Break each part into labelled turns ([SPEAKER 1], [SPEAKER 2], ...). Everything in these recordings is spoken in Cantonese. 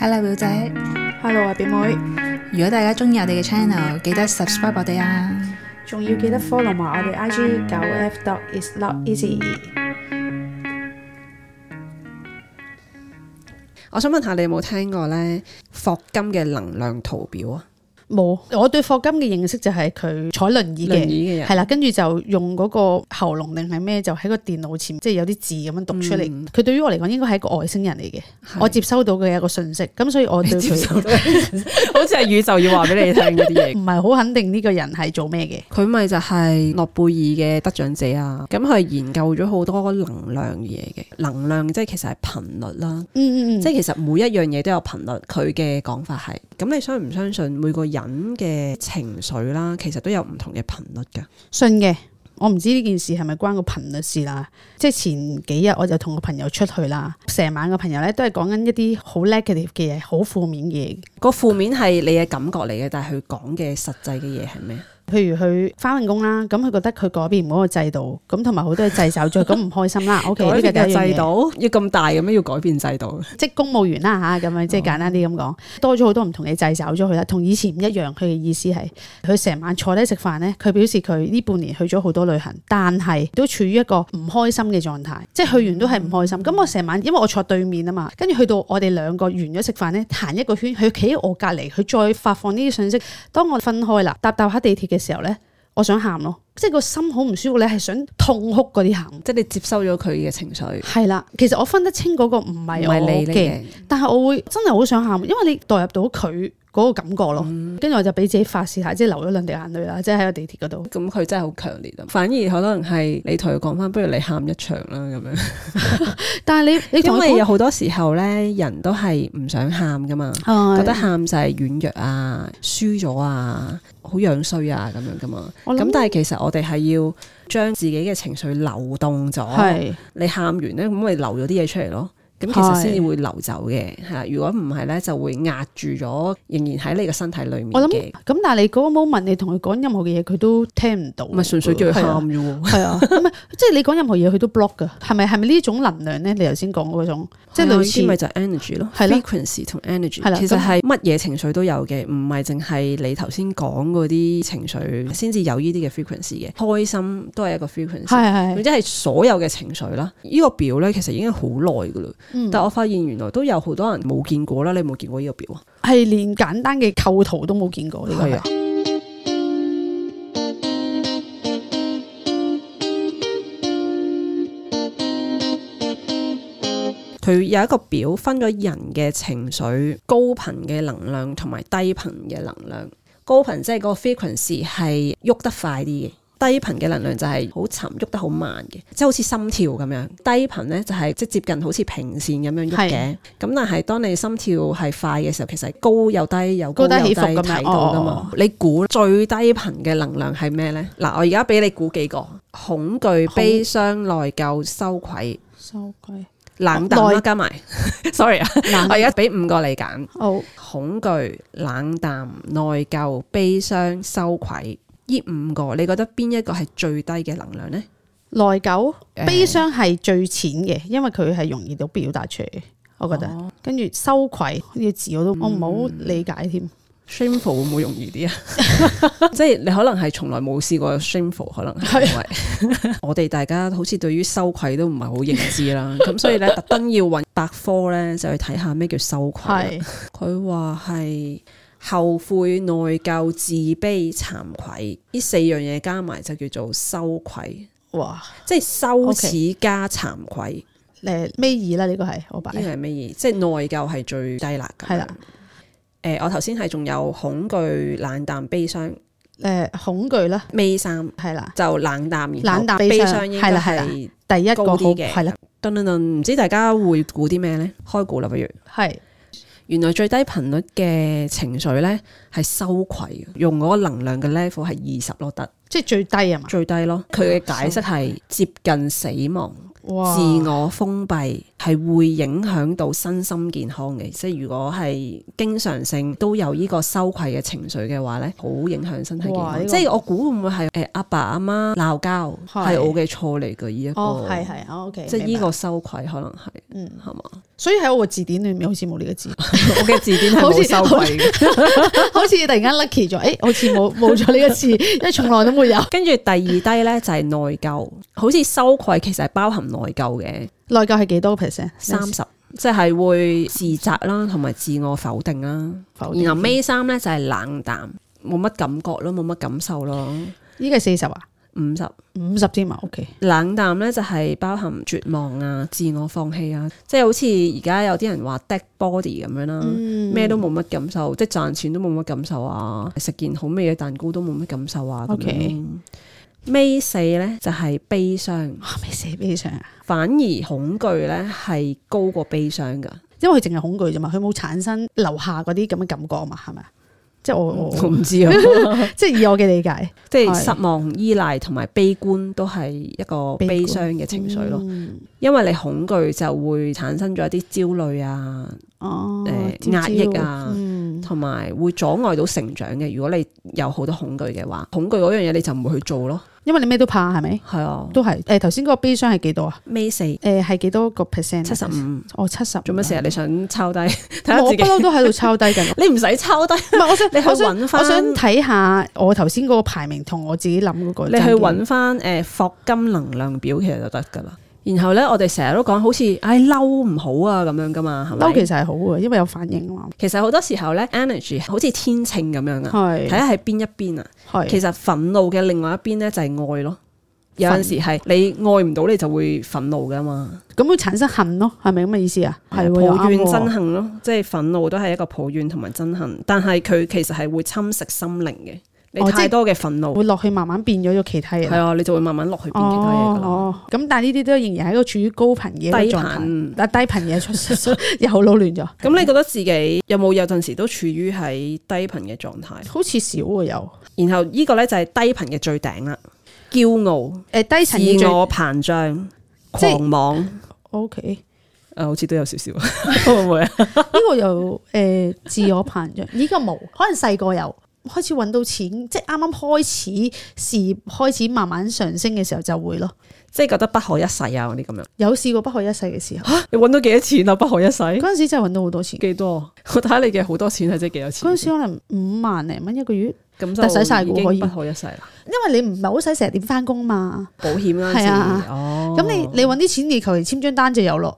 [SPEAKER 1] Hello 表姐，
[SPEAKER 2] Hello 啊，表妹，
[SPEAKER 1] 如果大家中意我哋嘅 channel，記得 subscribe 我哋啊！
[SPEAKER 2] 仲要記得 follow 埋我哋 IG 九 F dot is not easy。
[SPEAKER 3] 我想問下你有冇聽過咧霍金嘅能量圖表啊？
[SPEAKER 4] 冇，我對霍金嘅認識就係佢坐輪椅啊
[SPEAKER 3] 輪
[SPEAKER 4] 嘅，
[SPEAKER 3] 椅嘅人
[SPEAKER 4] 係啦，跟住就用嗰個喉嚨定係咩，就喺個電腦前，即係有啲字咁樣讀出嚟。佢、對於我嚟講應該係一個外星人嚟嘅，我接收到嘅一個信息，咁所以我對 佢
[SPEAKER 3] 好似係宇宙要話俾你聽嗰啲嘢。
[SPEAKER 4] 唔係好肯定呢個人係做咩嘅。
[SPEAKER 3] 佢咪就係諾貝爾嘅得獎者啊！咁佢研究咗好多能量嘢嘅，能量即係其實係頻率啦，
[SPEAKER 4] 嗯嗯嗯，
[SPEAKER 3] 即
[SPEAKER 4] 即
[SPEAKER 3] 係其實每一樣嘢都有頻率。佢嘅講法係，咁你相唔相信每個人嘅情緒啦，其實都有唔同嘅頻率㗎？
[SPEAKER 4] 信嘅。我唔知呢件事係咪關個頻率事啦，即係前幾日我就同個朋友出去啦，成晚個朋友咧都係講緊一啲好 negative 嘅嘢，好負面嘅嘢，
[SPEAKER 3] 個負面係你嘅感覺嚟嘅，但係佢講嘅實際嘅嘢係咩？
[SPEAKER 4] 譬如佢翻份工啦，咁佢覺得佢改變唔到個制度，咁同埋好多嘢掣手咗，咁唔開心啦。O K，呢個第一
[SPEAKER 3] 改變
[SPEAKER 4] 樣
[SPEAKER 3] 嘅制
[SPEAKER 4] 嘢，
[SPEAKER 3] 度要咁大咁樣要改變制度。
[SPEAKER 4] 即係公務員啦吓，咁
[SPEAKER 3] 哦
[SPEAKER 4] 樣即係簡單啲咁講，多咗好多唔同嘅掣手咗佢啦，同以前唔一樣。佢嘅意思係，佢成晚坐低食飯咧，佢表示佢呢半年去咗好多旅行，但係都處於一個唔開心嘅狀態，即係去完都係唔開
[SPEAKER 3] 嗯
[SPEAKER 4] 心。咁我成晚因為我坐對面啊嘛，跟住去到我哋兩個完咗食飯咧，行一個圈，佢企喺我隔離，佢再發放呢啲信息。當我分開啦，搭搭下地鐵嘅時候咧。我想喊咯，即係個心好唔舒服，你係想痛哭嗰啲喊。
[SPEAKER 3] 即係你接收咗佢嘅情緒，
[SPEAKER 4] 係啦，其實我分得清嗰個唔
[SPEAKER 3] 唔
[SPEAKER 4] 係
[SPEAKER 3] 係
[SPEAKER 4] 我
[SPEAKER 3] 你嚟
[SPEAKER 4] 嘅，
[SPEAKER 3] 嘅。
[SPEAKER 4] 但係我會真係好想喊，因為你代入到佢嗰個感覺咯。跟住、我就俾自己發泄下，即係流咗兩滴眼淚啊啦，即係喺個地鐵嗰度。
[SPEAKER 3] 咁佢真係好強烈啊！反而可能係你同佢講翻，不如你喊一場啦咁樣。
[SPEAKER 4] 但係你你
[SPEAKER 3] 因
[SPEAKER 4] 同
[SPEAKER 3] 為
[SPEAKER 4] 佢講，
[SPEAKER 3] 有好多時候咧，人都係唔想喊噶嘛，
[SPEAKER 4] 啊
[SPEAKER 3] 覺得喊就係軟弱啊、輸咗啊、好樣衰啊咁樣噶嘛。
[SPEAKER 4] 我
[SPEAKER 3] 咁
[SPEAKER 4] 諗
[SPEAKER 3] 但係其實我哋係要將自己嘅情緒流動咗，
[SPEAKER 4] 係
[SPEAKER 3] 你喊完咧，咁咪流咗啲嘢出嚟咯。咁其實
[SPEAKER 4] 係
[SPEAKER 3] 先至會流走嘅，係啦。如果唔係咧，就會壓住咗，仍然喺你嘅身體裡面
[SPEAKER 4] 我諗
[SPEAKER 3] 嘅。
[SPEAKER 4] 咁，但係你嗰個 moment 你同佢講任何嘅嘢，佢都聽唔到。
[SPEAKER 3] 唔係純粹叫佢
[SPEAKER 4] 係
[SPEAKER 3] 喊
[SPEAKER 4] 啊。
[SPEAKER 3] 啫喎。
[SPEAKER 4] 係 啊，唔係即係你講任何嘢，佢都 block 噶。係咪係咪呢種能量咧？你頭先講嗰種，即係
[SPEAKER 3] 係啊
[SPEAKER 4] 類
[SPEAKER 3] 呢啲咪
[SPEAKER 4] 似
[SPEAKER 3] 就係 energy 咯
[SPEAKER 4] 係咯
[SPEAKER 3] ，frequency 同 energy
[SPEAKER 4] 係啦
[SPEAKER 3] 其實
[SPEAKER 4] 咁
[SPEAKER 3] 係乜嘢情緒都有嘅，唔係淨係你頭先講嗰啲情緒先至有呢啲嘅 frequency 嘅，開心都係一個 frequency。
[SPEAKER 4] 係係
[SPEAKER 3] 總之係所有嘅情緒啦，呢、個表咧其實已經好耐噶啦，
[SPEAKER 4] 嗯
[SPEAKER 3] 但我發現原來都有好多人冇見過啦，你有冇見過呢個表啊？
[SPEAKER 4] 係連簡單嘅構圖都冇見過呢個係
[SPEAKER 3] 係啊佢有一個表分咗人嘅情緒高頻嘅能量同埋低頻嘅能量。高頻即係嗰個 frequency 係喐得快啲嘅。低頻嘅能量就係好沉，喐得好慢嘅，即係好似心跳咁樣。低頻咧就係即係接近好似平線咁樣喐
[SPEAKER 4] 係
[SPEAKER 3] 嘅。咁但係當你心跳係快嘅時候，其實係高又低，又
[SPEAKER 4] 高低
[SPEAKER 3] 又
[SPEAKER 4] 起伏咁樣
[SPEAKER 3] 睇到噶嘛
[SPEAKER 4] 哦。
[SPEAKER 3] 你估最低頻嘅能量係咩咧？嗱，我而家俾你估幾個：恐懼、
[SPEAKER 4] 恐
[SPEAKER 3] 悲傷、內疚、羞愧、
[SPEAKER 4] 收鬼
[SPEAKER 3] 冷淡啦，
[SPEAKER 4] 哦內
[SPEAKER 3] 加埋。sorry 啊，我而家俾五個你揀：
[SPEAKER 4] 好。
[SPEAKER 3] 恐懼、冷淡、內疚、悲傷、羞愧。呢五個，你覺得邊一個係最低嘅能量呢？
[SPEAKER 4] 內疚、
[SPEAKER 3] 誒
[SPEAKER 4] 悲傷係最淺嘅，因為佢係容易到表達出嚟嘅，我覺
[SPEAKER 3] 哦
[SPEAKER 4] 得。跟住羞愧呢個字我
[SPEAKER 3] 嗯
[SPEAKER 4] 都我唔好理解添。
[SPEAKER 3] shameful 會唔會容易啲啊？ 即係你可能係從來冇試過 shameful，可能係因為 我哋大家好似對於羞愧都唔係好認知啦，咁所以咧特登要揾百科咧就去睇下咩叫羞愧啦。
[SPEAKER 4] 係
[SPEAKER 3] 佢話係後悔、內疚、自卑、慚愧呢四樣嘢加埋就叫做羞愧，
[SPEAKER 4] 哇，
[SPEAKER 3] 即係羞恥加慚愧。
[SPEAKER 4] 誒尾二啦，呢個係我擺
[SPEAKER 3] 呢個係咩意？即係內疚係最低啦。
[SPEAKER 4] 係啦。
[SPEAKER 3] 誒、我頭先係仲有恐懼、冷淡、悲傷，
[SPEAKER 4] 誒恐懼啦，
[SPEAKER 3] 尾三
[SPEAKER 4] 係啦，
[SPEAKER 3] 就冷淡，然後
[SPEAKER 4] 冷淡
[SPEAKER 3] 悲
[SPEAKER 4] 悲傷
[SPEAKER 3] 傷應該
[SPEAKER 4] 係啦係啦
[SPEAKER 3] 係
[SPEAKER 4] 第一個
[SPEAKER 3] 高
[SPEAKER 4] 好
[SPEAKER 3] 啲嘅
[SPEAKER 4] 係啦，
[SPEAKER 3] 噔噔噔，唔知大家會估啲咩呢？開估啦，不如。
[SPEAKER 4] 係
[SPEAKER 3] 原來最低頻率嘅情緒呢係羞愧嘅，用嗰個能量嘅 level 係二十咯，得
[SPEAKER 4] 即係最低啊嘛。
[SPEAKER 3] 最低咯。佢嘅解釋係接近死亡、
[SPEAKER 4] 哇，
[SPEAKER 3] 自我封閉，係會影響到身心健康嘅。即係如果係經常性都有呢個羞愧嘅情緒嘅話呢，好影響身體健
[SPEAKER 4] 哇
[SPEAKER 3] 康。
[SPEAKER 4] 呢個
[SPEAKER 3] 即係我估會唔會係誒阿爸阿媽鬧交
[SPEAKER 4] 係
[SPEAKER 3] 係我嘅錯嚟嘅呢一個？
[SPEAKER 4] 哦係係哦 OK，
[SPEAKER 3] 即係呢
[SPEAKER 4] 明白
[SPEAKER 3] 個羞愧可能係
[SPEAKER 4] 嗯
[SPEAKER 3] 係嘛？
[SPEAKER 4] 所以喺我個字典裏面好似冇呢個字，
[SPEAKER 3] 我嘅字典係
[SPEAKER 4] 好似
[SPEAKER 3] 冇收費嘅。
[SPEAKER 4] 好似突然間 lucky 咗，誒、好似冇 冇咗呢個字，因為從來都冇有
[SPEAKER 3] 跟住第二低咧就係內疚，好似羞愧其實係包含內疚嘅，
[SPEAKER 4] 內疚係幾多 percent？
[SPEAKER 3] 三十即係會自責啦，同埋自我否定啦。
[SPEAKER 4] 否定
[SPEAKER 3] 然後尾三咧就係冷淡，冇乜感覺咯，冇乜感受咯。
[SPEAKER 4] 依個四十啊，
[SPEAKER 3] 五十
[SPEAKER 4] 五十添啊，OK。
[SPEAKER 3] 冷淡咧就係包含絕望啊、自我放棄啊，即係好似而家有啲人話 dead body 咁樣啦。
[SPEAKER 4] 嗯
[SPEAKER 3] 咩都冇乜感受，即係賺錢都冇乜感受啊，食件好味嘅蛋糕都冇乜感受啊。咁
[SPEAKER 4] OK
[SPEAKER 3] 樣咯尾四咧就係悲傷，
[SPEAKER 4] 哇，咩寫悲傷啊？
[SPEAKER 3] 反而恐懼咧係高過悲傷噶。
[SPEAKER 4] 因為佢淨係恐懼啫嘛，佢冇產生留下嗰啲咁嘅感覺啊嘛，係咪啊？即係我
[SPEAKER 3] 我
[SPEAKER 4] 我
[SPEAKER 3] 唔 知啊，
[SPEAKER 4] 即係以我嘅 理解，
[SPEAKER 3] 即係
[SPEAKER 4] 係
[SPEAKER 3] 失望、依賴同埋悲觀都係一個
[SPEAKER 4] 悲
[SPEAKER 3] 悲
[SPEAKER 4] 觀嗯
[SPEAKER 3] 傷嘅情緒咯。因為你恐懼就會產生咗一啲焦慮啊，
[SPEAKER 4] 哦
[SPEAKER 3] 誒，
[SPEAKER 4] 知唔知
[SPEAKER 3] 壓抑啊
[SPEAKER 4] 嗯
[SPEAKER 3] 同埋會阻礙到成長嘅。如果你有好多恐懼嘅話，恐懼嗰樣嘢你就唔會去做咯。
[SPEAKER 4] 因為你咩都怕係咪？
[SPEAKER 3] 係啊，
[SPEAKER 4] 都係誒頭先嗰個悲傷係幾多啊？
[SPEAKER 3] 尾四
[SPEAKER 4] 誒係幾多個 percent？
[SPEAKER 3] 七十五。
[SPEAKER 4] 哦，七十
[SPEAKER 3] 做乜成日你想抄低？睇下
[SPEAKER 4] 我
[SPEAKER 3] 自
[SPEAKER 4] 不
[SPEAKER 3] 己，
[SPEAKER 4] 嬲都喺度抄低 緊。
[SPEAKER 3] 你唔使抄低，
[SPEAKER 4] 唔係，我想
[SPEAKER 3] 你去
[SPEAKER 4] 我想
[SPEAKER 3] 揾翻，
[SPEAKER 4] 我想睇下我頭先嗰個排名同我自己諗嗰個。
[SPEAKER 3] 你去揾翻誒霍金能量表其實就得㗎啦。然後咧，我哋成日都講好似唉嬲唔好啊咁樣㗎嘛，係
[SPEAKER 4] 嬲，其
[SPEAKER 3] 咪？
[SPEAKER 4] 實係好嘅，因為有反應啊嘛。
[SPEAKER 3] 其實好多時候咧，energy 好似天秤咁樣啊，睇
[SPEAKER 4] 係
[SPEAKER 3] 下係邊一邊啊。
[SPEAKER 4] 係，
[SPEAKER 3] 其實憤怒嘅另外一邊咧就係愛咯。有陣時係你愛唔到你就會憤怒㗎嘛，
[SPEAKER 4] 咁會產生恨咯，係咪咁嘅意思啊？係喎，又
[SPEAKER 3] 抱
[SPEAKER 4] 啱
[SPEAKER 3] 怨
[SPEAKER 4] 喎
[SPEAKER 3] 憎恨咯，即係憤怒都係一個抱怨同埋憎恨，但係佢其實係會侵蝕心靈嘅。你
[SPEAKER 4] 哦即係
[SPEAKER 3] 太多嘅憤怒
[SPEAKER 4] 會落去慢慢變咗咗其他嘢
[SPEAKER 3] 係
[SPEAKER 4] 啦。
[SPEAKER 3] 啊，你就會慢慢落去變其他嘢噶
[SPEAKER 4] 哦，
[SPEAKER 3] 啦。
[SPEAKER 4] 哦咁但係呢啲都仍然係一個處於高頻嘅一個
[SPEAKER 3] 低
[SPEAKER 4] 狀態，
[SPEAKER 3] 頻。
[SPEAKER 4] 但低頻嘢出又撈亂咗。
[SPEAKER 3] 咁你覺得自己有冇有陣時都處於喺低頻嘅狀態？
[SPEAKER 4] 好似少喎又
[SPEAKER 3] 然後呢個咧就係低頻嘅最頂啦，驕傲、
[SPEAKER 4] 誒低
[SPEAKER 3] 自
[SPEAKER 4] 層嘅最
[SPEAKER 3] 我膨脹、
[SPEAKER 4] 即係
[SPEAKER 3] 狂妄，誒、
[SPEAKER 4] O K 呢
[SPEAKER 3] 好似都有少少， 會唔會啊？
[SPEAKER 4] 個又誒自我膨脹，呢個冇，可能細個有開始揾到錢，即係啱啱開始事業開始慢慢上升嘅時候就會咯。
[SPEAKER 3] 即係覺得不可一世啊嗰啲咁樣。
[SPEAKER 4] 有試過不可一世嘅時候，
[SPEAKER 3] 你揾到幾多錢啊？不可一世
[SPEAKER 4] 嗰陣時真係揾到好多錢，
[SPEAKER 3] 幾多？我睇下你嘅好多錢係即係幾多
[SPEAKER 4] 嗰
[SPEAKER 3] 錢
[SPEAKER 4] 陣？時可能五萬零蚊一個月，
[SPEAKER 3] 咁
[SPEAKER 4] 但
[SPEAKER 3] 就
[SPEAKER 4] 使晒
[SPEAKER 3] 已
[SPEAKER 4] 嘅喎
[SPEAKER 3] 經
[SPEAKER 4] 可以
[SPEAKER 3] 不可一世啦。
[SPEAKER 4] 因為你唔係好使成日點翻工嘛。
[SPEAKER 3] 保險嗰陣
[SPEAKER 4] 係啊
[SPEAKER 3] 時，哦，
[SPEAKER 4] 咁你你揾啲錢，你求其簽張單就有咯。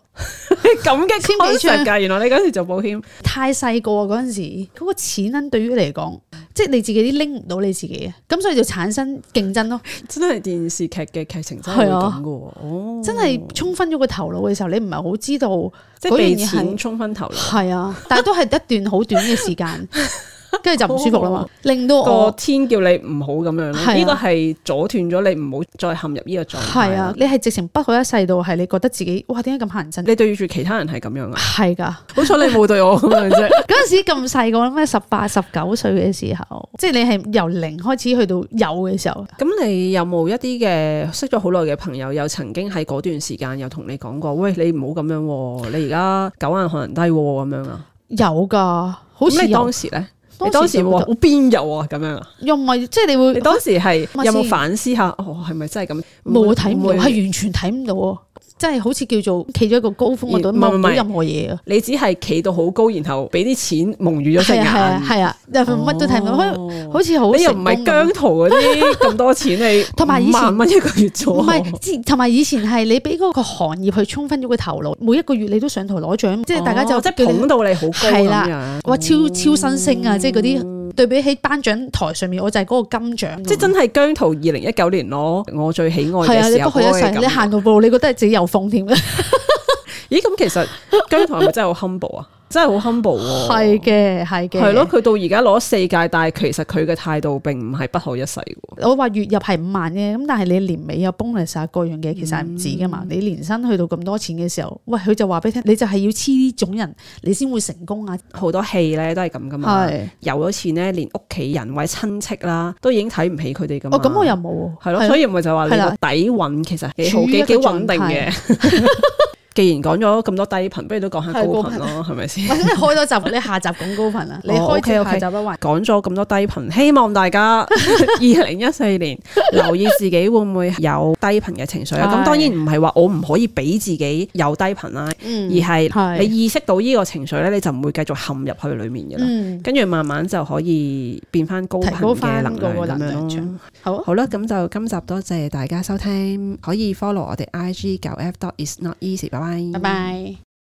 [SPEAKER 4] 簽幾
[SPEAKER 3] 咁嘅
[SPEAKER 4] 張
[SPEAKER 3] concept 㗎？原來你嗰時做保險，
[SPEAKER 4] 太細個啊嗰陣時，嗰、個錢銀對於你嚟講，即係你自己拎唔到你自己啊，咁所以就產生競爭咯。
[SPEAKER 3] 真係電視劇嘅劇情真係會
[SPEAKER 4] 係啊
[SPEAKER 3] 咁嘅喎。哦，
[SPEAKER 4] 真係衝昏咗個頭腦嘅時候，你唔係好知道，
[SPEAKER 3] 即係
[SPEAKER 4] 嗰
[SPEAKER 3] 被
[SPEAKER 4] 樣嘢係
[SPEAKER 3] 錢衝昏頭腦。
[SPEAKER 4] 係啊，但係都係一段好短嘅時 間，跟住就唔舒服啦嘛，令到
[SPEAKER 3] 啊個
[SPEAKER 4] 我
[SPEAKER 3] 天叫你唔好咁樣
[SPEAKER 4] 係
[SPEAKER 3] 咯，
[SPEAKER 4] 啊
[SPEAKER 3] 呢個係阻斷咗你唔好再陷入呢個狀態。
[SPEAKER 4] 係啊，，你係直情不可一世到係你覺得自己哇點解咁乞人憎？
[SPEAKER 3] 你對住其他人係咁 樣啊？
[SPEAKER 4] 係㗎，
[SPEAKER 3] 好彩你冇對我咁 樣啫。
[SPEAKER 4] 嗰陣時咁細個，咩十八、十九歲嘅時候，即係你係由零開始去到有嘅時候，
[SPEAKER 3] 咁你有冇一啲嘅識咗好耐嘅朋友，又曾經喺嗰段時間又同你講過，喂，你唔好咁樣喎，你而家九眼可能低喎咁樣啊？
[SPEAKER 4] 有㗎，好
[SPEAKER 3] 咁
[SPEAKER 4] 似
[SPEAKER 3] 你
[SPEAKER 4] 有
[SPEAKER 3] 當時咧，你當
[SPEAKER 4] 當
[SPEAKER 3] 時
[SPEAKER 4] 時
[SPEAKER 3] 話
[SPEAKER 4] 就
[SPEAKER 3] 我邊有啊咁樣啊？
[SPEAKER 4] 又唔係即係你會
[SPEAKER 3] 你當時係
[SPEAKER 4] 咪
[SPEAKER 3] 有冇
[SPEAKER 4] 先
[SPEAKER 3] 反思下？哦，係咪真係咁？
[SPEAKER 4] 冇睇唔到，
[SPEAKER 3] 會會
[SPEAKER 4] 係完全睇唔到喎，真係好似叫做企咗一個高峰嗰度，
[SPEAKER 3] 而唔係
[SPEAKER 4] 望唔
[SPEAKER 3] 唔
[SPEAKER 4] 到
[SPEAKER 3] 係
[SPEAKER 4] 任何嘢啊！
[SPEAKER 3] 你只係企到好高，然後俾啲錢蒙住咗隻
[SPEAKER 4] 係
[SPEAKER 3] 眼。
[SPEAKER 4] 啊係啊係啊，又乜都睇唔到，好
[SPEAKER 3] 哦
[SPEAKER 4] 好似好
[SPEAKER 3] 你又唔
[SPEAKER 4] 成
[SPEAKER 3] 係
[SPEAKER 4] 功
[SPEAKER 3] 姜
[SPEAKER 4] 咁
[SPEAKER 3] 濤嗰 啲咁多錢，你
[SPEAKER 4] 同埋以
[SPEAKER 3] 五
[SPEAKER 4] 前
[SPEAKER 3] 萬蚊一個月做，
[SPEAKER 4] 唔係，之同埋以前係你俾嗰個行業去衝昏咗個頭腦，每一個月你都上台攞獎，即係大家就
[SPEAKER 3] 哦即係
[SPEAKER 4] 叫你
[SPEAKER 3] 捧到你好高咁
[SPEAKER 4] 係啦
[SPEAKER 3] 樣，
[SPEAKER 4] 哇超超新星
[SPEAKER 3] 嗯
[SPEAKER 4] 啊！即係嗰啲對比起頒獎台上面，我就係嗰個金獎，
[SPEAKER 3] 即係真係姜濤二零一九年攞我最嗯喜愛
[SPEAKER 4] 係
[SPEAKER 3] 嘅
[SPEAKER 4] 啊！你
[SPEAKER 3] 時
[SPEAKER 4] 不
[SPEAKER 3] 候
[SPEAKER 4] 可
[SPEAKER 3] 嗰
[SPEAKER 4] 一
[SPEAKER 3] 個
[SPEAKER 4] 世，
[SPEAKER 3] 嘅
[SPEAKER 4] 你
[SPEAKER 3] 感哦
[SPEAKER 4] 行到步，你覺得自己有風添，係
[SPEAKER 3] 覺咦咁其實姜濤係咪真係好 humble 啊？ 真係好 humble 喎，
[SPEAKER 4] 嘅係嘅，
[SPEAKER 3] 係咯，。佢到而家攞四屆，但係其實佢嘅態度並唔係不可一世嘅喎。
[SPEAKER 4] 我話月入係五萬啫，咁但係你年尾有 bonus 啊，各樣嘢其實係唔止噶嘛。
[SPEAKER 3] 嗯
[SPEAKER 4] 你年薪去到咁多錢嘅時候，喂，佢就話俾你聽，你就係要黐呢種人，你先會成功啊。
[SPEAKER 3] 好多戲咧都係咁啊噶嘛，
[SPEAKER 4] 係，
[SPEAKER 3] 有咗錢咧，連屋企人或者親戚啦，都已經睇唔起佢哋噶嘛。
[SPEAKER 4] 哦，咁我又冇喎，
[SPEAKER 3] 係咯，所以咪就話你
[SPEAKER 4] 係
[SPEAKER 3] 個
[SPEAKER 4] 啦
[SPEAKER 3] 底韻其實幾好，
[SPEAKER 4] 處於一 個
[SPEAKER 3] 幾幾穩定
[SPEAKER 4] 狀
[SPEAKER 3] 嘅
[SPEAKER 4] 態。
[SPEAKER 3] 既然講咗咁多低頻，不如都講下
[SPEAKER 4] 係
[SPEAKER 3] 高
[SPEAKER 4] 高
[SPEAKER 3] 頻
[SPEAKER 4] 頻
[SPEAKER 3] 咯，係咪先？
[SPEAKER 4] 或者你開咗集，你下集講高頻啦，啊你
[SPEAKER 3] 哦
[SPEAKER 4] 開條
[SPEAKER 3] OK，OK
[SPEAKER 4] 下集啊啦，還
[SPEAKER 3] 講咗咁多低頻，希望大 家二零一四年留意自己會唔會有低頻嘅情緒啊！咁
[SPEAKER 4] 係
[SPEAKER 3] 當然唔係話我唔可以俾自己有低頻啦，而
[SPEAKER 4] 嗯
[SPEAKER 3] 係
[SPEAKER 4] 係
[SPEAKER 3] 你意識到呢個情緒咧，你就唔會繼續陷入去裡面嘅啦。
[SPEAKER 4] 嗯
[SPEAKER 3] 跟住慢慢就可以變翻高頻
[SPEAKER 4] 提高
[SPEAKER 3] 嘅
[SPEAKER 4] 返
[SPEAKER 3] 能量
[SPEAKER 4] 嗰個
[SPEAKER 3] 咁
[SPEAKER 4] 能量
[SPEAKER 3] 樣咯
[SPEAKER 4] 場。好啊。
[SPEAKER 3] 好啦，咁就
[SPEAKER 1] 今集多謝大家收聽，可以 follow 我哋 IG 九 F dot is not easy，拜拜
[SPEAKER 4] 拜。拜。